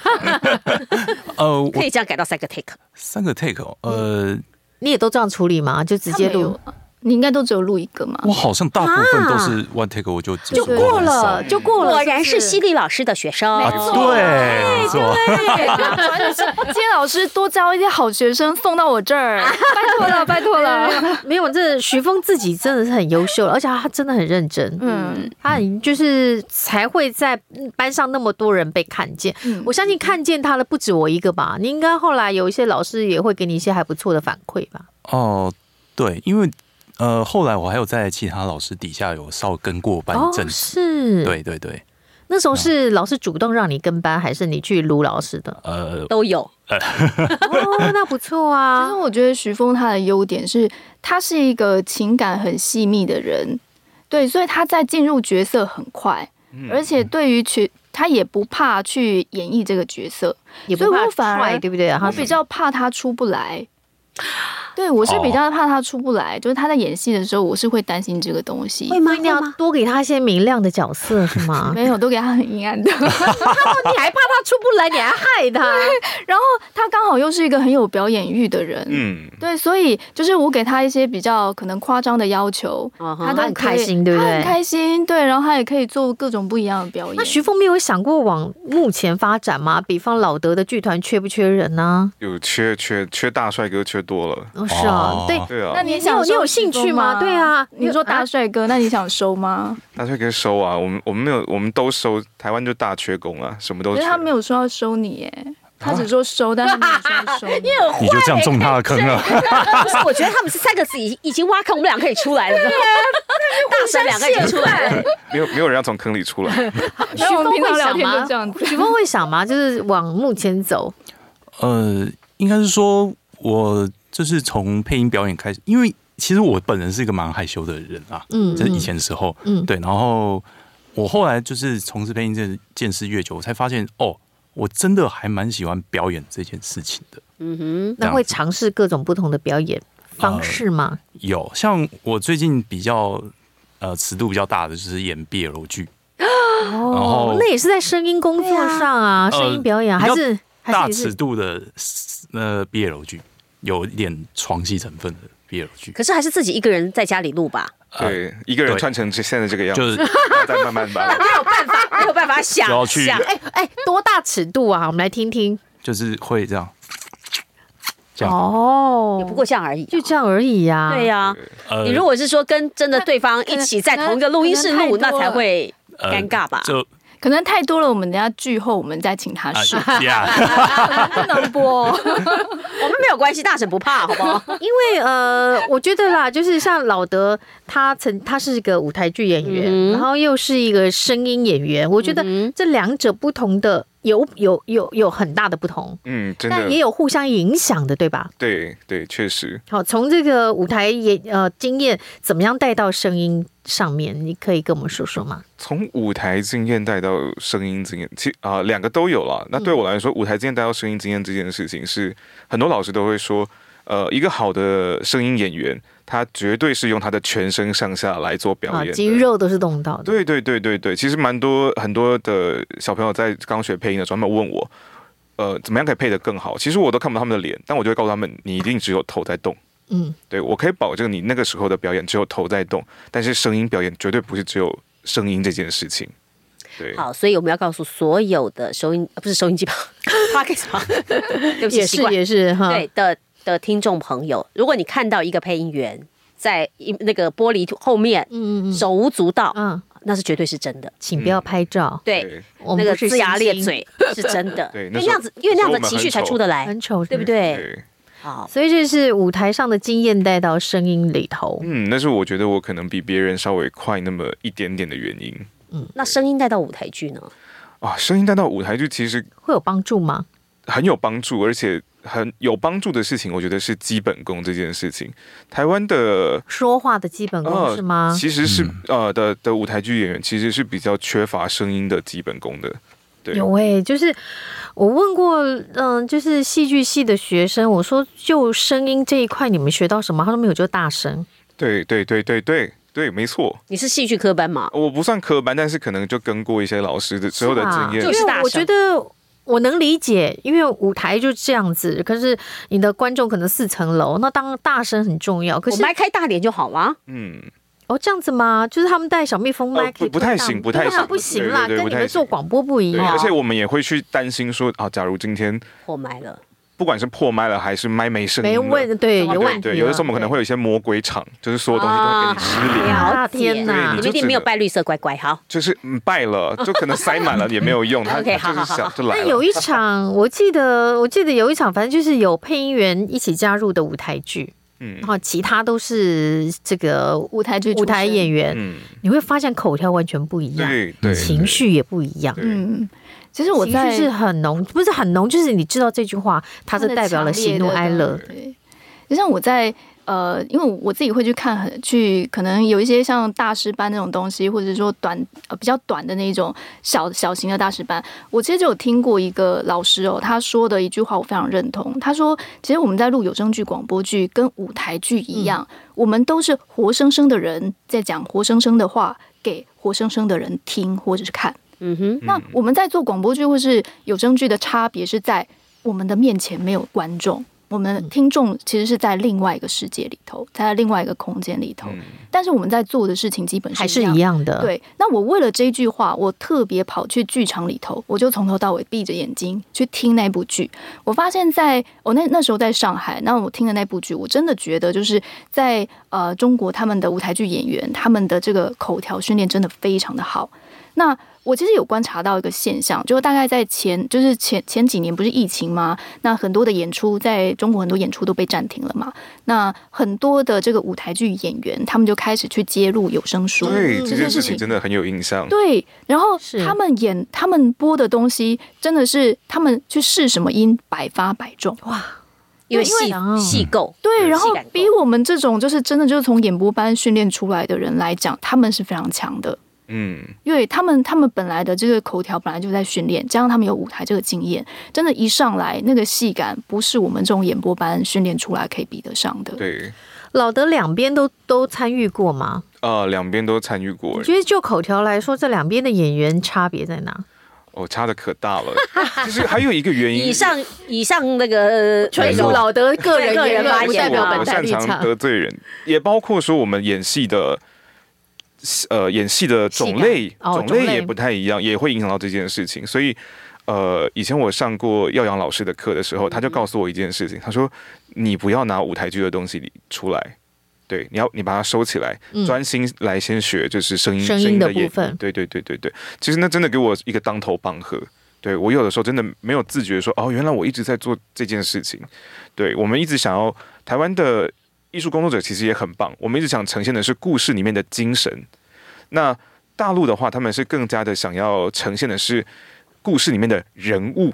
Speaker 3: 呃，我
Speaker 2: 可以这样改到三个 take。
Speaker 3: 三个 take，哦呃，
Speaker 6: 你也都这样处理吗？就直接
Speaker 5: 他没
Speaker 6: 录
Speaker 5: 有？你应该都只有录一个嘛？
Speaker 3: 我好像大部分都是 one take 我就结束
Speaker 5: 就过
Speaker 3: 了，
Speaker 6: 就过
Speaker 2: 果
Speaker 6: 不
Speaker 2: 然是犀利老师的学生，
Speaker 3: 啊对，没错，
Speaker 5: [laughs] 对，今天老师多教一些好学生送到我这儿，
Speaker 6: [laughs]
Speaker 5: 拜托了，拜托了。
Speaker 6: 没有，这徐峰自己真的是很优秀，而且他真的很认真，
Speaker 5: 嗯，
Speaker 6: 他很就是才会在班上那么多人被看见。
Speaker 5: 嗯
Speaker 6: 我相信看见他的不止我一个吧，你应该后来有一些老师也会给你一些还不错的反馈吧？
Speaker 3: 哦，对，因为呃，后来我还有在其他老师底下有稍微跟过班一阵子，
Speaker 6: 哦是，，
Speaker 3: 对嗯对对，？
Speaker 6: 那时候是老师主动让你跟班，还是你去撸老师的
Speaker 3: 呃，
Speaker 2: 都有。
Speaker 6: 哦，那不
Speaker 5: 其
Speaker 6: 错
Speaker 5: 实 [laughs]
Speaker 6: 啊。
Speaker 5: 我觉得徐峰他的优点是，他是一个情感很细密的人，对，所以他在进入角色很快，而且对于去他也不怕去演绎这个角色，
Speaker 6: 也
Speaker 5: 所
Speaker 6: 不
Speaker 5: 以我
Speaker 6: 怕
Speaker 5: 反而
Speaker 6: 踹，对不对？
Speaker 5: 我
Speaker 6: 他
Speaker 5: 比较怕他出不来。对，我是比较怕他出不来，就是他在演戏的时候，我是会担心这个东西。
Speaker 6: 一定要多给他一些明亮的角色，是吗？
Speaker 5: 没有，都给他很阴暗的。 [laughs]
Speaker 6: 你还怕他出不来，你还害他？
Speaker 5: 然后他刚好又是一个很有表演欲的人，
Speaker 4: 嗯，
Speaker 5: 对，所以就是我给他一些比较可能夸张的要求，
Speaker 2: 嗯哼
Speaker 5: 他都
Speaker 6: 他很
Speaker 5: 可以
Speaker 6: 开心对不
Speaker 5: 他
Speaker 6: 对
Speaker 5: 很开心，对，然后他也可以做各种不一样的表演。
Speaker 6: 那徐峰没有想过往目前发展吗？比方老德的剧团缺不缺人呢、
Speaker 4: 有缺缺缺大帅哥缺多了，
Speaker 6: 哦，是啊，
Speaker 3: 哦
Speaker 6: 对。
Speaker 4: 对啊，
Speaker 5: 那
Speaker 6: 你
Speaker 5: 你
Speaker 6: 有
Speaker 5: 想
Speaker 6: 你有
Speaker 5: 收
Speaker 6: 兴
Speaker 5: 徐峰
Speaker 6: 趣吗对啊你
Speaker 5: 你说
Speaker 6: 啊
Speaker 5: 大帅哥，那你想收吗？
Speaker 4: 大帅哥收啊，我们我们没有，我们都收，台湾就大缺工啊，什么都
Speaker 5: 可
Speaker 4: 缺
Speaker 5: 是，他没有说要收你耶，他只说收，但是没有说
Speaker 6: [laughs]
Speaker 5: 要收你。
Speaker 3: 你就这样中他的坑了，
Speaker 2: 不是，我觉得他们是三个字已已经挖坑，我们俩可以出来 [laughs] 了。大神两个已经出来了，
Speaker 4: 没有没有人要从坑里出
Speaker 3: [laughs]
Speaker 4: 来，
Speaker 5: 然后我们平常聊天就这样子。
Speaker 6: 徐峰会想吗？就是往目前走，
Speaker 3: 呃，应该是说我就是从配音表演开始，因为其实我本人是一个蛮害羞的人啊，
Speaker 6: 嗯
Speaker 3: 就是以前时候，
Speaker 6: 嗯
Speaker 3: 对，然后我后来就是从事配音这件事越久，我才发现哦，我真的还蛮喜欢表演这件事情的。
Speaker 2: 嗯
Speaker 6: 那
Speaker 3: 样呃
Speaker 6: 会尝试各种不同的表演方式吗？
Speaker 3: 有像我最近比较呃尺度比较大的就是演 BL
Speaker 6: [gasps]
Speaker 3: 剧，
Speaker 6: 哦
Speaker 3: 后，
Speaker 6: 那也是在声音工作上啊，
Speaker 3: 对啊
Speaker 6: 声音表演、
Speaker 3: 呃
Speaker 6: 还是还
Speaker 3: 大
Speaker 6: 是你
Speaker 3: 尺
Speaker 6: 是
Speaker 3: 度的呃 BL 剧，有一点床戏成分的 BL 剧
Speaker 2: 哼，，可是还是自己一个人在家里录吧，
Speaker 4: 对，一个人
Speaker 3: 啊对
Speaker 4: 穿成这现在这个样
Speaker 3: 就
Speaker 4: 子，
Speaker 3: 是
Speaker 4: 再慢慢
Speaker 5: [laughs]
Speaker 4: 吧。
Speaker 2: 没有办法，没有办法想
Speaker 3: 就要去
Speaker 2: 想
Speaker 6: 哎哎多大尺度啊？我们来听听
Speaker 3: 就是会这样。这样
Speaker 6: 哦，
Speaker 2: 也不过这样而已啊。
Speaker 6: 就这样而已呀、
Speaker 2: 对呀、
Speaker 3: 呃
Speaker 2: 你如果是说跟真的对方一起在同一个录音室录，
Speaker 5: 可能可能太
Speaker 2: 那
Speaker 5: 多了
Speaker 2: 才会
Speaker 3: 呃
Speaker 2: 尴尬吧？
Speaker 3: 就
Speaker 5: 可能太多了，我们等一下剧后我们再请他
Speaker 3: 啊
Speaker 5: 说，
Speaker 3: 呀，
Speaker 5: 不能播。
Speaker 2: [laughs] 我们没有关系，大婶不怕，好不 [laughs] 好？
Speaker 6: 因为呃，我觉得啦，就是像老德，他曾他是一个舞台剧演员，
Speaker 2: 嗯哼嗯
Speaker 6: 然后又是一个声音演员，我觉得这两者不同的有有有有很大的不同，
Speaker 4: 嗯，真
Speaker 6: 但也
Speaker 4: 的，
Speaker 6: 有互相影响的，对吧？
Speaker 4: 对对，确实，
Speaker 6: 好，从这个舞台演呃经验，怎么样带到声音上面？你可以跟我们说说吗？
Speaker 4: 从舞台经验带到声音经验，其啊、两个都有了。那对我来说，舞台经验带到声音经验这件事情是很多老师都会说，呃，一个好的声音演员，他绝对是用他的全身上下来做表
Speaker 6: 啊，
Speaker 4: 演的
Speaker 6: 肌肉都是动到的。
Speaker 4: 对对对对对，其实蛮多很多的小朋友在刚学配音的时候，他们问我，呃，怎么样可以配得更好？其实我都看不到他们的脸，但我就会告诉他们，你一定只有头在动。
Speaker 6: 嗯，
Speaker 4: 对我可以保证你那个时候的表演只有头在动，但是声音表演绝对不是只有声音这件事情。对，
Speaker 2: 好，所以我们要告诉所有的收音呃不是收音 [laughs] 机吧 p o c k e t 吧， [laughs] 对不起，
Speaker 6: 也
Speaker 2: 习
Speaker 6: 是
Speaker 2: 惯
Speaker 6: 也是哈。
Speaker 2: 对的的听众朋友，如果你看到一个配音员在一那个玻璃后面
Speaker 6: 嗯，嗯嗯
Speaker 2: 手舞足蹈，
Speaker 6: 嗯，
Speaker 2: 那是绝对是真的。
Speaker 6: 请不
Speaker 4: 嗯
Speaker 6: 要拍照，
Speaker 2: 对，
Speaker 4: 对
Speaker 6: 我
Speaker 2: 那
Speaker 6: 们
Speaker 2: 个
Speaker 6: 不是
Speaker 2: 龇牙
Speaker 6: 星
Speaker 2: 咧
Speaker 6: 星，
Speaker 2: 嘴是真的，
Speaker 4: 对
Speaker 2: 因
Speaker 4: 那
Speaker 2: 为
Speaker 4: 时候
Speaker 2: 那样子，因为那样
Speaker 4: 那时候我
Speaker 2: 的
Speaker 4: 们
Speaker 2: 情绪
Speaker 4: 很
Speaker 2: 才
Speaker 4: 丑
Speaker 2: 出得来，
Speaker 6: 很丑，
Speaker 2: 对不？对？
Speaker 4: 对，
Speaker 2: 好，
Speaker 6: 所以这是舞台上的经验带到声音里头。
Speaker 4: 嗯，那是我觉得我可能比别人稍微快那么一点点的原因
Speaker 2: 那声音带到舞台剧呢？
Speaker 4: 啊。声音带到舞台剧，其实
Speaker 6: 会有帮助吗？
Speaker 4: 很有帮助，而且很有帮助的事情，我觉得是基本功这件事情。台湾的
Speaker 6: 说话的基本功
Speaker 4: 呃
Speaker 6: 哦是吗？
Speaker 4: 其实是、
Speaker 3: 嗯
Speaker 4: 呃的的舞台剧演员其实是比较缺乏声音的基本功的。对，
Speaker 6: 有诶、就是我问过，嗯，就是戏剧系的学生，我说就声音这一块你们学到什么？他说没有，就大声。
Speaker 4: 对对对对对对，没错。
Speaker 2: 你是戏剧科班嘛？
Speaker 4: 我不算科班，但是可能就跟过一些老师的之后的经
Speaker 6: 因
Speaker 2: 就
Speaker 4: 验。
Speaker 2: 是大
Speaker 6: 为
Speaker 2: 声
Speaker 6: 我觉得我能理解，因为舞台就这样子，可是你的观众可能四层楼，那当然大声很重要。可
Speaker 2: 我
Speaker 6: 是
Speaker 2: 麦开大点就好了。
Speaker 4: 嗯，
Speaker 6: 哦，这样子吗？就是他们带小蜜蜂
Speaker 4: 呃
Speaker 6: 麦、可以
Speaker 4: 不不
Speaker 6: 开
Speaker 4: 太
Speaker 6: 大
Speaker 4: 行
Speaker 6: 吗
Speaker 4: 不太
Speaker 6: 当然
Speaker 4: 行
Speaker 6: 不行啦，
Speaker 4: 对对对
Speaker 6: 跟
Speaker 4: 不
Speaker 6: 你哦
Speaker 4: 太
Speaker 6: 们做
Speaker 4: 行
Speaker 6: 广播不一
Speaker 4: 对，
Speaker 6: 样
Speaker 4: 而。且我们也会去担心说啊，假如今天
Speaker 2: 破麦了，
Speaker 4: 不管是破麦了还是麦没声音
Speaker 6: 没
Speaker 4: 了，
Speaker 6: 问对
Speaker 4: 对
Speaker 6: 有问题了。
Speaker 4: 对，有的时候我们可能会有一些魔鬼场，就是所有东西都会给你失灵，
Speaker 6: 啊
Speaker 2: 了解
Speaker 4: 对
Speaker 6: 天哪
Speaker 4: 你
Speaker 2: 你
Speaker 4: 就
Speaker 2: 们一定
Speaker 4: 只
Speaker 2: 没有
Speaker 4: 能
Speaker 2: 拜绿色乖乖，好，
Speaker 4: 就是嗯败
Speaker 2: [laughs]
Speaker 4: 了，就可能塞满了也没有用，他
Speaker 2: OK，
Speaker 4: 他就
Speaker 2: 好
Speaker 4: 是
Speaker 2: 好
Speaker 4: 想
Speaker 2: 好
Speaker 4: 就来
Speaker 6: 但
Speaker 4: 了。
Speaker 6: 有一场，我记得，我记得有一场，反正就是有配音员一起加入的舞台剧，
Speaker 4: 嗯
Speaker 6: 然后其他都是这个
Speaker 5: 舞台剧出身
Speaker 6: 舞台演员，
Speaker 4: 嗯，
Speaker 6: 你会发现口条完全不一样，
Speaker 4: 对对，
Speaker 6: 情绪也不一样。
Speaker 4: 对
Speaker 5: 嗯，其实我
Speaker 6: 情
Speaker 5: 在
Speaker 6: 绪是很浓，不是很浓，就是你知道这句话，它是代表了喜怒哀乐。
Speaker 5: 对，就像我在呃，因为我自己会去看很去，可能有一些像大师班那种东西，或者说短呃比较短的那一种小小型的大师班，我其实就有听过一个老师哦，他说的一句话我非常认同。他说，其实我们在录有声剧、广播剧跟舞台剧
Speaker 6: 嗯
Speaker 5: 一样，我们都是活生生的人在讲活生生的话给活生生的人听或者是看。
Speaker 2: 嗯哼，
Speaker 5: 那我们在做广播剧或是有声剧的差别是在我们的面前没有观众，我们的听众其实是在另外一个世界里头，在另外一个空间里头。但是我们在做的事情基本
Speaker 6: 还
Speaker 5: 是
Speaker 6: 是一。样的，，
Speaker 5: 对，那我为了这句话，我特别跑去剧场里头，我就从头到尾闭着眼睛去听那部剧。我发现在，我那那时候在上海，那我听的那部剧，我真的觉得就是在呃中国他们的舞台剧演员，他们的这个口条训练真的非常的好。那我其实有观察到一个现象，就是大概在前，就是前前几年不是疫情吗？那很多的演出在中国很多演出都被暂停了嘛。那很多的这个舞台剧演员，他们就开始去揭露有声书
Speaker 4: 对
Speaker 2: 嗯
Speaker 5: 这
Speaker 4: 嗯这件
Speaker 5: 件
Speaker 4: 事
Speaker 5: 事
Speaker 4: 情
Speaker 5: 情。
Speaker 4: 真的很有印象。
Speaker 5: 对，然后
Speaker 6: 是
Speaker 5: 他们演、他们播的东西，真的是他们去试什么音，百发百中。
Speaker 2: 因为
Speaker 5: 因为
Speaker 2: 戏
Speaker 6: 哦
Speaker 2: 戏够，
Speaker 5: 对，然
Speaker 2: 戏
Speaker 5: 后
Speaker 2: 感够
Speaker 5: 比我们这种就是真的就是从演播班训练出来的人来讲，他们是非常强的。
Speaker 4: 嗯，
Speaker 5: 因为他们他们本来的这个口条本来就在训练，加上他们有舞台这个经验，真的，一上来那个戏感不是我们这种演播班训练出来可以比得上的。
Speaker 4: 对，
Speaker 6: 老德两边都都参与过嘛。
Speaker 4: 呃，两边都参与过
Speaker 6: 我，觉得就口条来说，这两边的演员差别在哪？
Speaker 4: 哦，差的可大了。 [laughs] 就是还有一个原因，
Speaker 2: 以上以上那个
Speaker 6: 纯
Speaker 4: 属
Speaker 6: 老德个人
Speaker 2: 个人发
Speaker 6: 不
Speaker 2: 言
Speaker 6: 代表
Speaker 2: 啊
Speaker 6: 本
Speaker 4: 我
Speaker 6: 台
Speaker 4: 擅
Speaker 6: 立
Speaker 4: 长
Speaker 6: 场。
Speaker 4: 得罪人，也包括说我们演戏的，呃，演戏的种类
Speaker 6: 戏，感哦
Speaker 4: 种类
Speaker 6: 种类
Speaker 4: 也不太一样，也会影响到这件事情。所以，呃，以前我上过耀阳老师的课的时候，他就
Speaker 6: 嗯
Speaker 4: 告诉我一件事情，他说：“你不要拿舞台剧的东西里出来。”对，你要你把它收起来，专心来先学，就是声音
Speaker 6: 嗯声音
Speaker 4: 音
Speaker 6: 的
Speaker 4: 演
Speaker 6: 部分
Speaker 4: 绎对对对对对，其实那真的给我一个当头棒喝。对我有的时候真的没有自觉说，哦，原来我一直在做这件事情。对我们一直想要台湾的艺术工作者其实也很棒，我们一直想呈现的是故事里面的精神。那大陆的话，他们是更加的想要呈现的是故事里面的人物，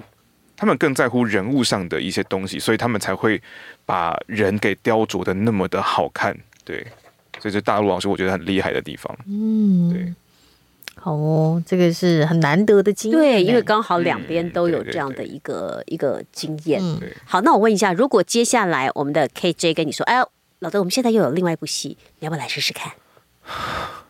Speaker 4: 他们更在乎人物上的一些东西，所以他们才会把人给雕琢的那么的好看。对，所以这大陆老师我觉得很厉害的地方。
Speaker 6: 嗯，
Speaker 4: 对，
Speaker 6: 好哦，这个是很难得的经验欸。
Speaker 2: 对，因为刚好两边
Speaker 4: 嗯
Speaker 2: 都有
Speaker 4: 对对
Speaker 2: 这样的
Speaker 4: 对
Speaker 2: 一个一个经验。
Speaker 6: 嗯
Speaker 4: 对
Speaker 2: 好，那我问一下，如果接下来我们的 KJ 跟你说，哎，老邓，我们现在又有另外一部戏，你要不要来试试看？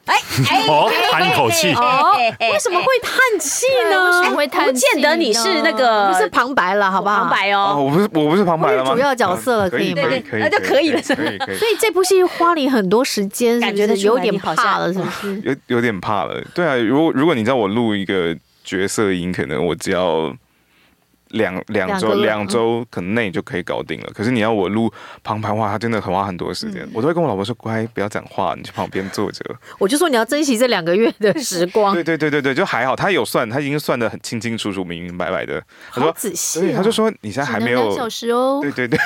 Speaker 2: 哎哎，
Speaker 3: 哦叹一口气
Speaker 2: [laughs] 哦，为
Speaker 6: 为什么会叹气
Speaker 2: 哎
Speaker 5: 为什么
Speaker 6: 呢？
Speaker 5: 会
Speaker 2: 不
Speaker 5: 叹气
Speaker 2: 见得你
Speaker 5: 呢
Speaker 2: 是那个
Speaker 6: 不是旁白了，好不好？
Speaker 2: 旁。白
Speaker 4: 哦，
Speaker 2: 哦？
Speaker 4: 我不是我不是旁白了
Speaker 6: 我
Speaker 4: 吗？
Speaker 6: 是主要角色了
Speaker 4: 啊可以
Speaker 6: 可以
Speaker 4: 可以
Speaker 2: 吗
Speaker 4: 可以，
Speaker 2: 那就可以了
Speaker 4: 可以可以。
Speaker 6: 所以这部戏花你很多时间，
Speaker 2: 感觉得
Speaker 6: 是不是
Speaker 2: 出来
Speaker 6: 有点
Speaker 2: 你好像
Speaker 6: 怕了，是不是？
Speaker 4: 有有点怕了。对啊，如果如果你叫我录一个角色音，可能我只要两两
Speaker 6: 两
Speaker 4: 周
Speaker 6: 个月
Speaker 4: 两周可能内就可以搞定了。可是你要我录旁白话，它真的很花很多时间。我都会跟我老婆说：“乖，不要讲话，你去旁边坐着。
Speaker 6: 我就说你要珍惜这两个月的时”光
Speaker 4: 对，对对对对，就还好，他有算，他已经算的很清清楚楚、明明白白的。他
Speaker 6: 好
Speaker 2: [laughs]
Speaker 4: 说
Speaker 6: 仔：“细、
Speaker 4: 对，
Speaker 6: 哦。
Speaker 4: 他就说你现在还没有
Speaker 5: 两。小”时
Speaker 4: [laughs]
Speaker 5: 哦
Speaker 4: 对，对对，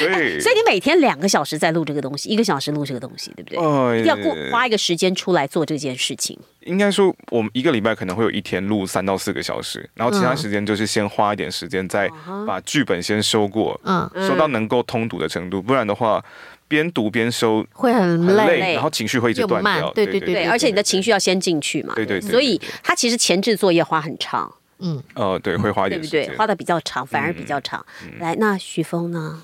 Speaker 4: 对，
Speaker 2: 所以你每天两个小时在录这个东西，一个小时录这个东西，对不对？
Speaker 4: 呃
Speaker 2: 一定要过花一个时间出来做这件事情。
Speaker 4: 应该说，我们一个礼拜可能会有一天录三到四个小时，然后其他
Speaker 6: 嗯
Speaker 4: 时间就是先花一点时间再把剧本先收过，
Speaker 6: 啊嗯，
Speaker 4: 收到能够通读的程度，不然的话边读边收
Speaker 6: 会很
Speaker 4: 很
Speaker 6: 累。
Speaker 4: 累，然后情绪会一直断
Speaker 6: 又
Speaker 4: 掉
Speaker 6: 慢。对
Speaker 4: 对
Speaker 6: 对
Speaker 2: 对，而且你的情绪要先进去嘛，
Speaker 4: 对对对
Speaker 2: 所以他其实前置作业花很长，
Speaker 4: 呃对嗯会花一
Speaker 2: 对
Speaker 4: 点
Speaker 2: 不
Speaker 4: 时
Speaker 2: 对？
Speaker 4: 间
Speaker 2: 花。的比较长，反而比较长。来，那徐峰呢？
Speaker 6: 嗯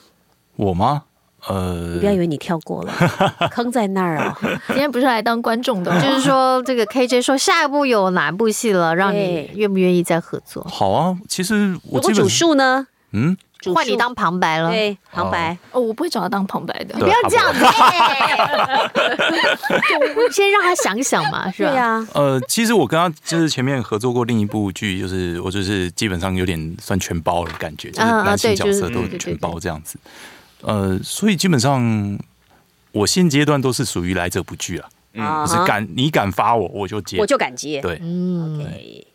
Speaker 3: 我吗？呃
Speaker 2: 你不，要以为你跳过
Speaker 4: [laughs]
Speaker 2: 了，坑在那儿啊！
Speaker 5: 今天不是来当观
Speaker 4: [laughs]
Speaker 5: 众的哦，
Speaker 6: 就是说，这个 KJ 说下一部有哪部戏了，让你
Speaker 2: 对
Speaker 6: 愿不愿意再合作？
Speaker 3: 好啊，其实我
Speaker 2: 如果
Speaker 3: 基
Speaker 2: 主
Speaker 3: 本上
Speaker 2: 述呢？
Speaker 3: 嗯，
Speaker 2: 主述
Speaker 6: 换你当旁白了，
Speaker 2: 对旁哎白，
Speaker 5: 哦，我不会找他当旁白的。
Speaker 3: 不要这样子。
Speaker 6: [laughs] 先让他想想嘛，是吧？
Speaker 2: 对啊，
Speaker 3: 呃，其实我跟他就是前面合作过另一部剧，就是我就是基本上有点算全包的感觉，就是
Speaker 6: 啊啊
Speaker 3: 男性
Speaker 6: 对
Speaker 3: 角
Speaker 6: 就是
Speaker 3: 色都
Speaker 6: 嗯
Speaker 3: 全包这样子。呃，所以基本上我现阶段都是属于来者不拒啊，
Speaker 2: 啊
Speaker 3: 就是敢你敢发我，我就接
Speaker 2: 我。就敢接。哎
Speaker 3: 对，
Speaker 6: 嗯，
Speaker 2: 对，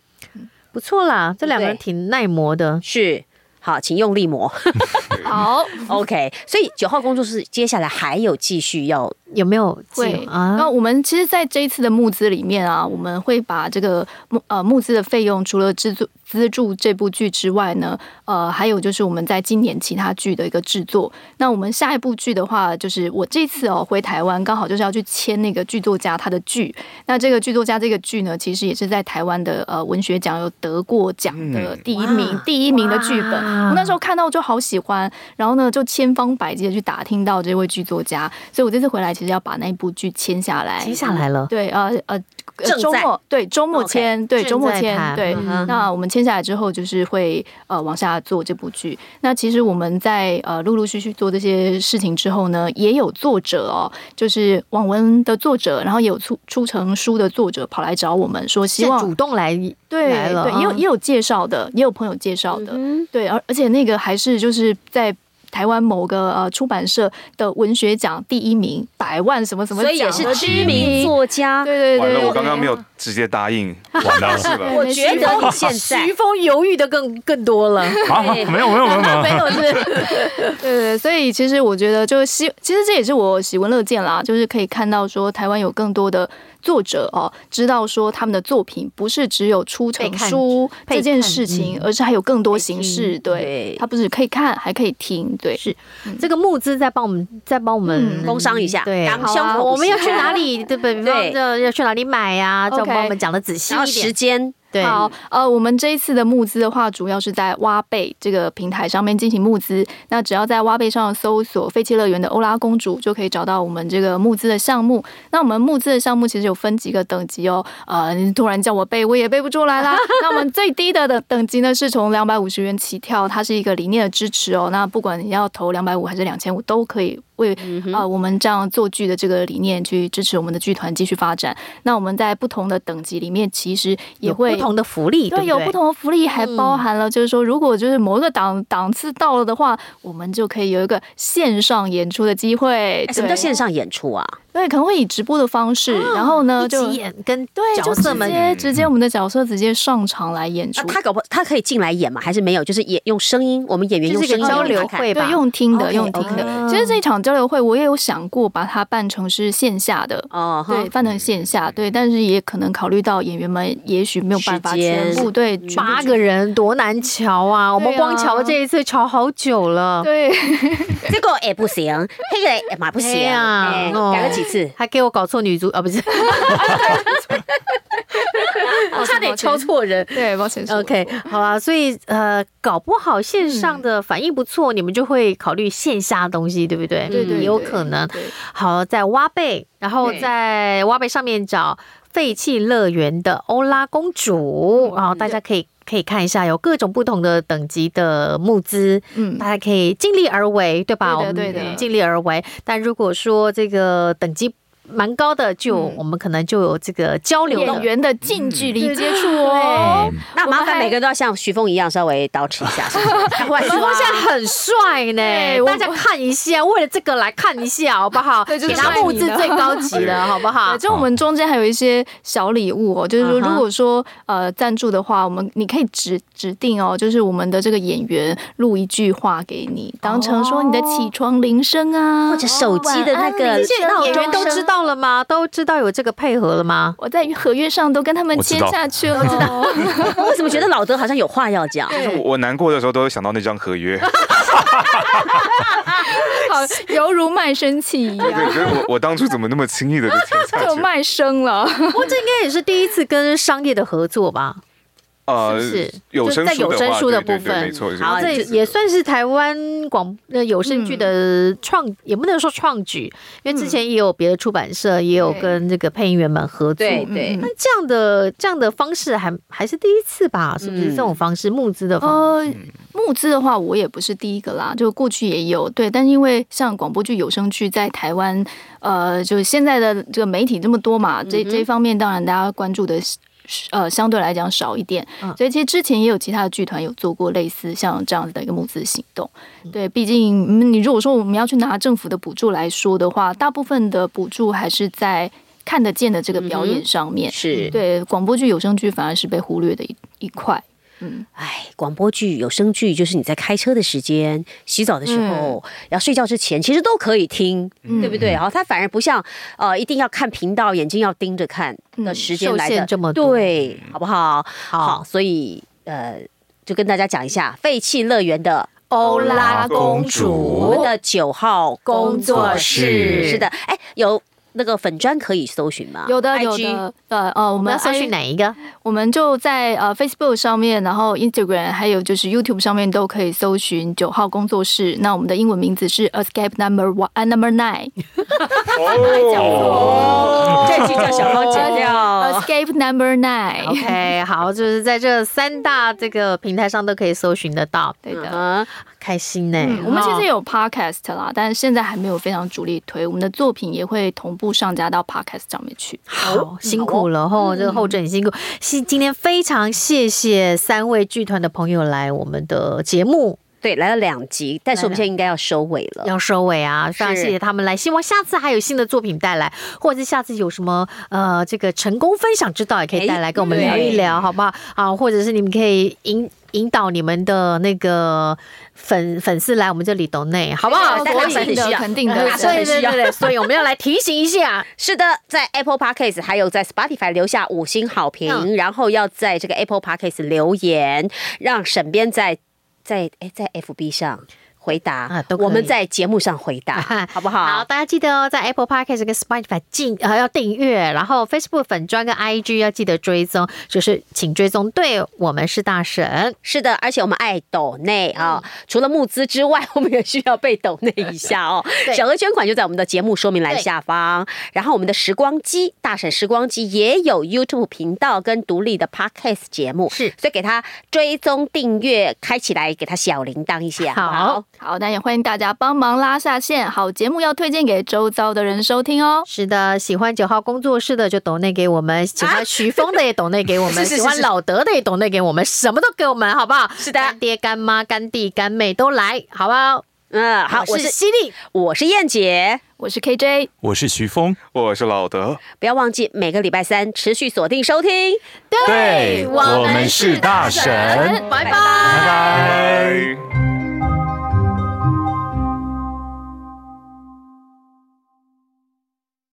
Speaker 6: 不错啦，这两个人
Speaker 2: 对
Speaker 6: 挺耐磨的。
Speaker 2: 是好，请用力
Speaker 6: [laughs]
Speaker 2: 磨。
Speaker 5: 好，
Speaker 2: OK，所以九号工作室接下来还有继续要
Speaker 6: 有没有
Speaker 5: 会
Speaker 6: 进啊？
Speaker 5: 那我们其实，在这一次的募资里面啊，我们会把这个募呃募资的费用，除了资助资助这部剧之外呢，呃，还有就是我们在今年其他剧的一个制作。那我们下一部剧的话，就是我这次哦回台湾，刚好就是要去签那个剧作家他的剧。那这个剧作家这个剧呢，其实也是在台湾的呃文学奖有得过奖的第一名，
Speaker 6: 嗯哇
Speaker 5: 第一名的剧本。
Speaker 6: 哇
Speaker 5: 我那时候看到就好喜欢，然后呢就千方百计的去打听到这位剧作家，所以我这次回来其实要把那一部剧签下来，
Speaker 6: 接下来了，
Speaker 5: 对，呃呃，呃
Speaker 2: 正在
Speaker 5: 周末对周末
Speaker 2: OK，
Speaker 5: 签对周末
Speaker 6: 正在
Speaker 5: 签
Speaker 6: 谈
Speaker 5: 对
Speaker 6: 嗯哼，
Speaker 5: 那我们签下来之后，就是会呃往下做这部剧。那其实我们在呃陆陆续续做这些事情之后呢，也有作者哦，就是网文的作者，然后也有出出成书的作者跑来找我们说，希
Speaker 6: 是
Speaker 5: 望
Speaker 6: 主动来
Speaker 5: 对
Speaker 6: 来了，啊
Speaker 5: 对，也有也有介绍的，也有朋友介绍的，对，而而且那个还是就是在。台湾某个呃出版社的文学奖第一名，百万什么什么
Speaker 2: 所
Speaker 5: 奖
Speaker 2: 以也是
Speaker 5: 的第一
Speaker 2: 知名作家。
Speaker 5: 对对对，
Speaker 4: 完了，
Speaker 5: 对
Speaker 4: 我刚刚没有直接答
Speaker 6: [laughs]
Speaker 4: 应，
Speaker 3: 完了
Speaker 4: 是吧？
Speaker 2: 我觉得你现在
Speaker 6: 徐峰犹豫的更更多了，
Speaker 3: 啊，没有没有没有
Speaker 5: [laughs]
Speaker 3: 没有，
Speaker 6: 有是
Speaker 5: 对对，所以其实我觉得，就是希，其实这也是我喜闻乐见啦，就是可以看到说台湾有更多的作者哦，知道说他们的作品不是只有出成
Speaker 6: 被看
Speaker 5: 书
Speaker 6: 被
Speaker 5: 这件
Speaker 6: 看
Speaker 5: 事情，
Speaker 6: 嗯
Speaker 5: 而是还有更多形式。
Speaker 6: 听
Speaker 5: 对
Speaker 2: 对，
Speaker 5: 它不止可以看，还可以听。对，
Speaker 6: 是 [laughs] 这个募资再帮我们再帮我们
Speaker 5: 嗯
Speaker 2: 工商一下
Speaker 6: 对，
Speaker 2: 港
Speaker 6: 好
Speaker 2: 商
Speaker 6: 啊
Speaker 2: 口
Speaker 6: 我们要
Speaker 2: 一
Speaker 6: 去
Speaker 2: 下
Speaker 6: 哪里？对不对？比方
Speaker 2: 对
Speaker 6: 这要去哪里买呀？再
Speaker 5: OK
Speaker 6: 帮我们讲的仔细
Speaker 2: 然后
Speaker 6: 一
Speaker 2: 时
Speaker 6: 点。
Speaker 2: 间
Speaker 6: 对，
Speaker 5: 好，呃，我们这一次的募资的话，主要是在挖贝这个平台上面进行募资。那只要在挖贝上搜索“废弃乐园的欧拉公主”，就可以找到我们这个募资的项目。那我们募资的项目其实有分几个等级哦。呃，你突然叫我背，我也背不出
Speaker 6: [laughs]
Speaker 5: 来啦。那我们最低的的等级呢，是从两百五十元起跳，它是一个理念的支持哦。那不管你要投两百五还是两千五，都可以为
Speaker 6: 嗯
Speaker 5: 啊、呃我们这样做剧的这个理念去支持我们的剧团继续发展。那我们在不同的等级里面，其实也
Speaker 6: 有
Speaker 5: 会
Speaker 6: 不同的福利，对
Speaker 5: 对，
Speaker 6: 对，
Speaker 5: 有不。同的福利，还包含了就是说，如果就是某一个档档次到了的话，我们就可以有一个线上演出的机会
Speaker 2: 哎。什么叫
Speaker 5: 对
Speaker 2: 线？上演出啊？
Speaker 5: 对，可能会以直播的方式，然后呢
Speaker 6: 哦一
Speaker 5: 就
Speaker 6: 起演跟
Speaker 5: 对，
Speaker 6: 角
Speaker 5: 就
Speaker 6: 色
Speaker 5: 直
Speaker 6: 们
Speaker 5: 接直接我们的角色直接上场来演
Speaker 2: 啊
Speaker 5: 出，，
Speaker 2: 他搞不他可以进来演吗？还是没有？就是演用声音，我们演员
Speaker 6: 就
Speaker 2: 用
Speaker 6: 是一
Speaker 2: 声
Speaker 6: 个
Speaker 2: 音
Speaker 6: 交流
Speaker 2: 给他看
Speaker 6: 会吧
Speaker 5: 对，。用听的
Speaker 2: OK，
Speaker 5: 用听的。其实这场交流会，我也有想过把它办成是线下的。
Speaker 2: 哦，哈
Speaker 5: 对，办成线下，对，但是也可能考虑到演员们也许没有办法
Speaker 2: 时间
Speaker 5: 全部对全部
Speaker 6: 八个人多难瞧啊！我们
Speaker 5: 对啊
Speaker 6: 光瞧这一次瞧好久了，
Speaker 5: 对，
Speaker 2: 这个也不行，那个也嘛不行，
Speaker 6: 哎呀
Speaker 2: 哎
Speaker 6: 哦
Speaker 2: 改了几次，
Speaker 6: 还给我搞错女主啊，
Speaker 5: [laughs]
Speaker 6: 不是， [laughs] 差点敲错人。
Speaker 5: 对，抱歉是我
Speaker 6: OK，好啊，所以呃，搞不好线上
Speaker 5: 嗯
Speaker 6: 的反应不错，你们就会考虑线下的东西，对不对？
Speaker 5: 对对
Speaker 6: 也
Speaker 5: 对
Speaker 6: 嗯有可能。
Speaker 5: 对
Speaker 6: 好，在挖贝，然后
Speaker 5: 对
Speaker 6: 在挖贝上面找废弃乐园的欧拉公
Speaker 5: 哦
Speaker 6: 主，然后大家可以可以看一下，有各种不同的等级的募资，
Speaker 5: 嗯
Speaker 6: 大家可以尽力而为，对吧？
Speaker 5: 对的
Speaker 6: 我们
Speaker 5: 对的
Speaker 6: 尽力而为。但如果说这个等级蛮高的，就、
Speaker 5: 嗯
Speaker 6: 我们可能就有这个交流
Speaker 5: 演
Speaker 6: 的。
Speaker 5: 员的近距离接触哦。
Speaker 2: 那麻烦每个人都要像徐峰一样稍微捯饬一下，是不是
Speaker 6: 徐峰现在很帅
Speaker 5: [laughs] 对
Speaker 6: 呢，
Speaker 5: 我
Speaker 6: 大家看一下，为了这个来看一下，好不好？
Speaker 5: 对就是
Speaker 6: 给他
Speaker 5: 帅
Speaker 6: 募
Speaker 5: 你
Speaker 6: 资
Speaker 5: 的
Speaker 6: 最高级
Speaker 5: [laughs]
Speaker 6: 的，好不好
Speaker 5: 对，？就我们中间还有一些小礼物哦，就是说，
Speaker 6: 啊哈
Speaker 5: 如果说呃赞助的话，我们你可以指指定哦，就是我们的这个演员录一句话给你，当成说你的起床铃声啊，
Speaker 2: 哦或者手机的那个
Speaker 5: 晚安
Speaker 2: 闹
Speaker 5: 铃声
Speaker 6: 演
Speaker 5: 啊
Speaker 6: 员都知道道了吗？都知道有这个配合
Speaker 5: [laughs]
Speaker 6: 了吗？
Speaker 5: 我在合约上都跟他们
Speaker 3: 我知
Speaker 5: 签
Speaker 3: 道
Speaker 5: 下去了，我
Speaker 3: [laughs]
Speaker 5: 知道。
Speaker 2: [laughs] 我为什么觉得老德好像有话要讲？
Speaker 4: 就是我我难过的时候都会想到那张合约，
Speaker 5: 好，犹如卖身契一
Speaker 3: [laughs]
Speaker 4: 对，
Speaker 5: 样，
Speaker 4: 可是我我当初怎么那么轻易的就签
Speaker 6: [laughs]
Speaker 4: 下
Speaker 5: 就
Speaker 4: 去？
Speaker 5: 卖身了。
Speaker 6: 不过这应该也是第一次跟商业的合作吧？
Speaker 4: 呃
Speaker 6: 是不是
Speaker 4: 有声
Speaker 6: 就是在有
Speaker 4: 的
Speaker 6: 声
Speaker 4: 话
Speaker 6: 书的
Speaker 4: 对对
Speaker 6: 部
Speaker 4: 对
Speaker 6: 分
Speaker 4: 没错，
Speaker 2: 好
Speaker 4: 有
Speaker 6: 这
Speaker 4: 声
Speaker 6: 也
Speaker 4: 书
Speaker 6: 也算是台湾广呃有声剧的
Speaker 2: 嗯
Speaker 6: 创，也不能说创举，因为之前也有别的出版社也有
Speaker 5: 对
Speaker 6: 跟这个配音员们合作。
Speaker 2: 对对
Speaker 5: 嗯
Speaker 6: 那这样的这样的方式还还是第一次吧？是不是
Speaker 2: 嗯
Speaker 6: 这种方式募资的方式？
Speaker 5: 呃，募资的话，我也不是第一个啦，就过去也有对，但因为像广播剧、有声剧在台湾，呃，就是现在的这个媒体这么多嘛，这这方面当然大家关注的是。呃，相对来讲少一点，所以其实之前也有其他的剧团有做过类似像这样子的一个募资行动。对，毕竟嗯你如果说我们要去拿政府的补助来说的话，大部分的补助还是在看得见的这个表演上面。
Speaker 2: 是，
Speaker 5: 对，广播剧、有声剧反而是被忽略的一一块。
Speaker 2: 哎，广播剧、有声剧，就是你在开车的时间、洗澡的时候、
Speaker 6: 嗯
Speaker 2: 要睡觉之前，其实都可以听，对不对？然后它反而不像呃，一定要看频道，眼睛要盯着看的
Speaker 5: 嗯
Speaker 2: 时间
Speaker 6: 受
Speaker 2: 来
Speaker 6: 限
Speaker 2: 的
Speaker 6: 这么多
Speaker 2: 对，好不好？
Speaker 6: 好
Speaker 2: 好，所以呃，就跟大家讲一下废弃乐园的
Speaker 6: 欧
Speaker 4: 哦拉公
Speaker 2: 哦我
Speaker 4: 主
Speaker 2: 们的九号工作室。是的，哎，有那个粉砖可以搜寻吗？
Speaker 5: 有的，有
Speaker 2: IG
Speaker 5: 的，呃呃，我
Speaker 6: 我们
Speaker 5: 们
Speaker 6: 要搜寻
Speaker 5: I-
Speaker 6: 哪一个？
Speaker 5: 我们就在呃 Facebook 上面，然后 Instagram 还有就是 YouTube 上面都可以搜寻九号工作室。那我们的英文名字是 Escape Number One、呃 Number Nine
Speaker 2: 哦，这句叫小芳剪 [laughs] 掉。
Speaker 5: Escape Number Nine。
Speaker 6: 哦 OK，好，就是在这三大这个平台上都可以搜寻得到，
Speaker 5: 对的。
Speaker 2: 嗯，
Speaker 6: 开心呢、
Speaker 5: 嗯我们其
Speaker 6: 哈
Speaker 5: 实有 podcast 啦，但是现在还没有非常主力推，我们的作品也会同步上架到 podcast 上面去。
Speaker 6: 好哦嗯辛苦了吼，这个后者很辛苦。是今天非常谢谢三位剧团的朋友来我们的节目，
Speaker 2: 对，来了两集，但是我们现在应该要收尾了。
Speaker 6: 要收尾啊，非常谢谢他们来，希望下次还有新的作品带来，或者是下次有什么呃这个成功分享之道，也可以带来跟我们聊一聊，好不好？啊，或者是你们可以引引导你们的那个粉粉丝来我们这里抖内， [laughs] 好不好？
Speaker 2: 对
Speaker 6: 所以
Speaker 5: 肯定
Speaker 2: 对
Speaker 5: 的，肯定
Speaker 6: 对
Speaker 5: 的，
Speaker 6: 对对对对，所以我们要来提醒一下，
Speaker 2: 是的，在 Apple Podcast 还有在 Spotify 留下五星好评，
Speaker 6: 嗯
Speaker 2: 然后要在这个 Apple Podcast 留言，让沈编在在哎在 FB 上回答，
Speaker 6: 啊都可以
Speaker 2: 我们在节目上回
Speaker 6: [laughs]
Speaker 2: 答，好不好？
Speaker 6: 好，大家记得哦，在 Apple Podcast 跟 Spotify 进呃要订阅，然后 Facebook 粉专跟 IG 要记得追踪，就是请追踪。对我们是大神，
Speaker 2: 是的，而且我们爱抖内啊，除了募资之外，我们也需要被抖内一下 [laughs] 哦。小额捐款就在我们的节目说明栏下方。然后我们的时光机大婶时光机也有 YouTube 频道跟独立的 Podcast 节目，
Speaker 6: 是
Speaker 2: 所以给他追踪订阅，开起来给他小铃铛一下，好不好
Speaker 6: 好
Speaker 5: 好，那也欢迎大家帮忙拉下线，好节目要推荐给周遭的人收听哦。
Speaker 6: 是的，喜欢九号工作室的就抖内给我们，喜欢徐峰的也抖内给我们，
Speaker 2: [laughs] 是是
Speaker 6: 喜欢
Speaker 2: 是
Speaker 6: 老德的也抖内给我们，什么都给我们，好不好？
Speaker 2: 是的
Speaker 6: 干爹、干妈、干弟、干妹都来，好不好？
Speaker 2: 嗯，好，我
Speaker 6: 我
Speaker 2: 是
Speaker 6: 是犀利，
Speaker 2: 我是燕姐，
Speaker 5: 我是 KJ，
Speaker 3: 我是徐峰，
Speaker 4: 我是老德。
Speaker 2: 不要忘记每个礼拜三持续锁定收听。
Speaker 3: 对我们是大神，
Speaker 6: 拜
Speaker 3: 拜
Speaker 6: 拜。
Speaker 3: 拜。